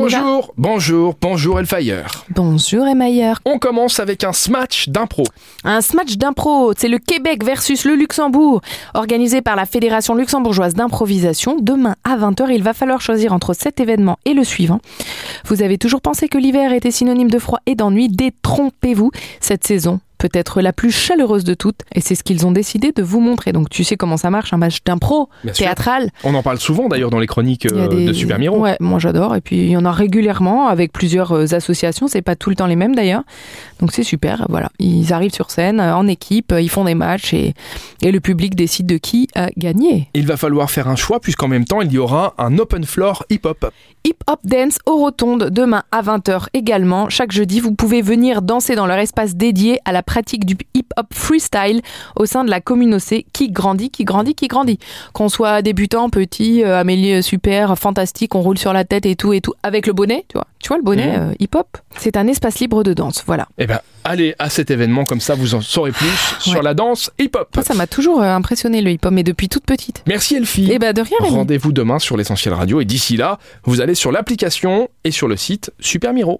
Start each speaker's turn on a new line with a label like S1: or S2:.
S1: Bonjour, bonjour, bonjour Elfire.
S2: Bonjour Emmayer.
S1: On commence avec un smash d'impro.
S2: Un smash d'impro, c'est le Québec versus le Luxembourg, organisé par la Fédération luxembourgeoise d'improvisation. Demain à 20h, il va falloir choisir entre cet événement et le suivant. Vous avez toujours pensé que l'hiver était synonyme de froid et d'ennui, détrompez-vous. Cette saison peut être la plus chaleureuse de toutes, et c'est ce qu'ils ont décidé de vous montrer. Donc tu sais comment ça marche, un match d'impro
S1: Bien sûr.
S2: théâtral.
S1: On en parle souvent d'ailleurs dans les chroniques
S2: Il y a
S1: euh,
S2: des-
S1: de Super Miro.
S2: Ouais, moi j'adore. Et puis il y en a régulièrement avec plusieurs euh, associations. C'est pas tout le temps les mêmes d'ailleurs. Donc c'est super. Voilà, ils arrivent sur scène euh, en équipe, euh, ils font des matchs et, et le public décide de qui a gagné.
S1: Il va falloir faire un choix puisqu'en même temps il y aura un open floor hip-hop.
S2: Hip Hop Dance aux Rotondes demain à 20h également. Chaque jeudi, vous pouvez venir danser dans leur espace dédié à la pratique du hip hop freestyle au sein de la communauté qui grandit, qui grandit, qui grandit. Qu'on soit débutant, petit, euh, Amélie euh, super, fantastique, on roule sur la tête et tout et tout avec le bonnet, tu vois. Tu vois le bonnet euh,
S1: Mhm.
S2: hip hop C'est un espace libre de danse, voilà.
S1: Eh ben, allez à cet événement comme ça vous en saurez plus sur
S2: Ouais.
S1: la danse hip-hop.
S2: Moi, ça m'a toujours euh, impressionné le hip hop mais depuis toute petite.
S1: Merci Elfie.
S2: Et bah de rien. Rémi.
S1: Rendez-vous demain sur l'essentiel radio et d'ici là, vous allez sur l'application et sur le site Super Miro.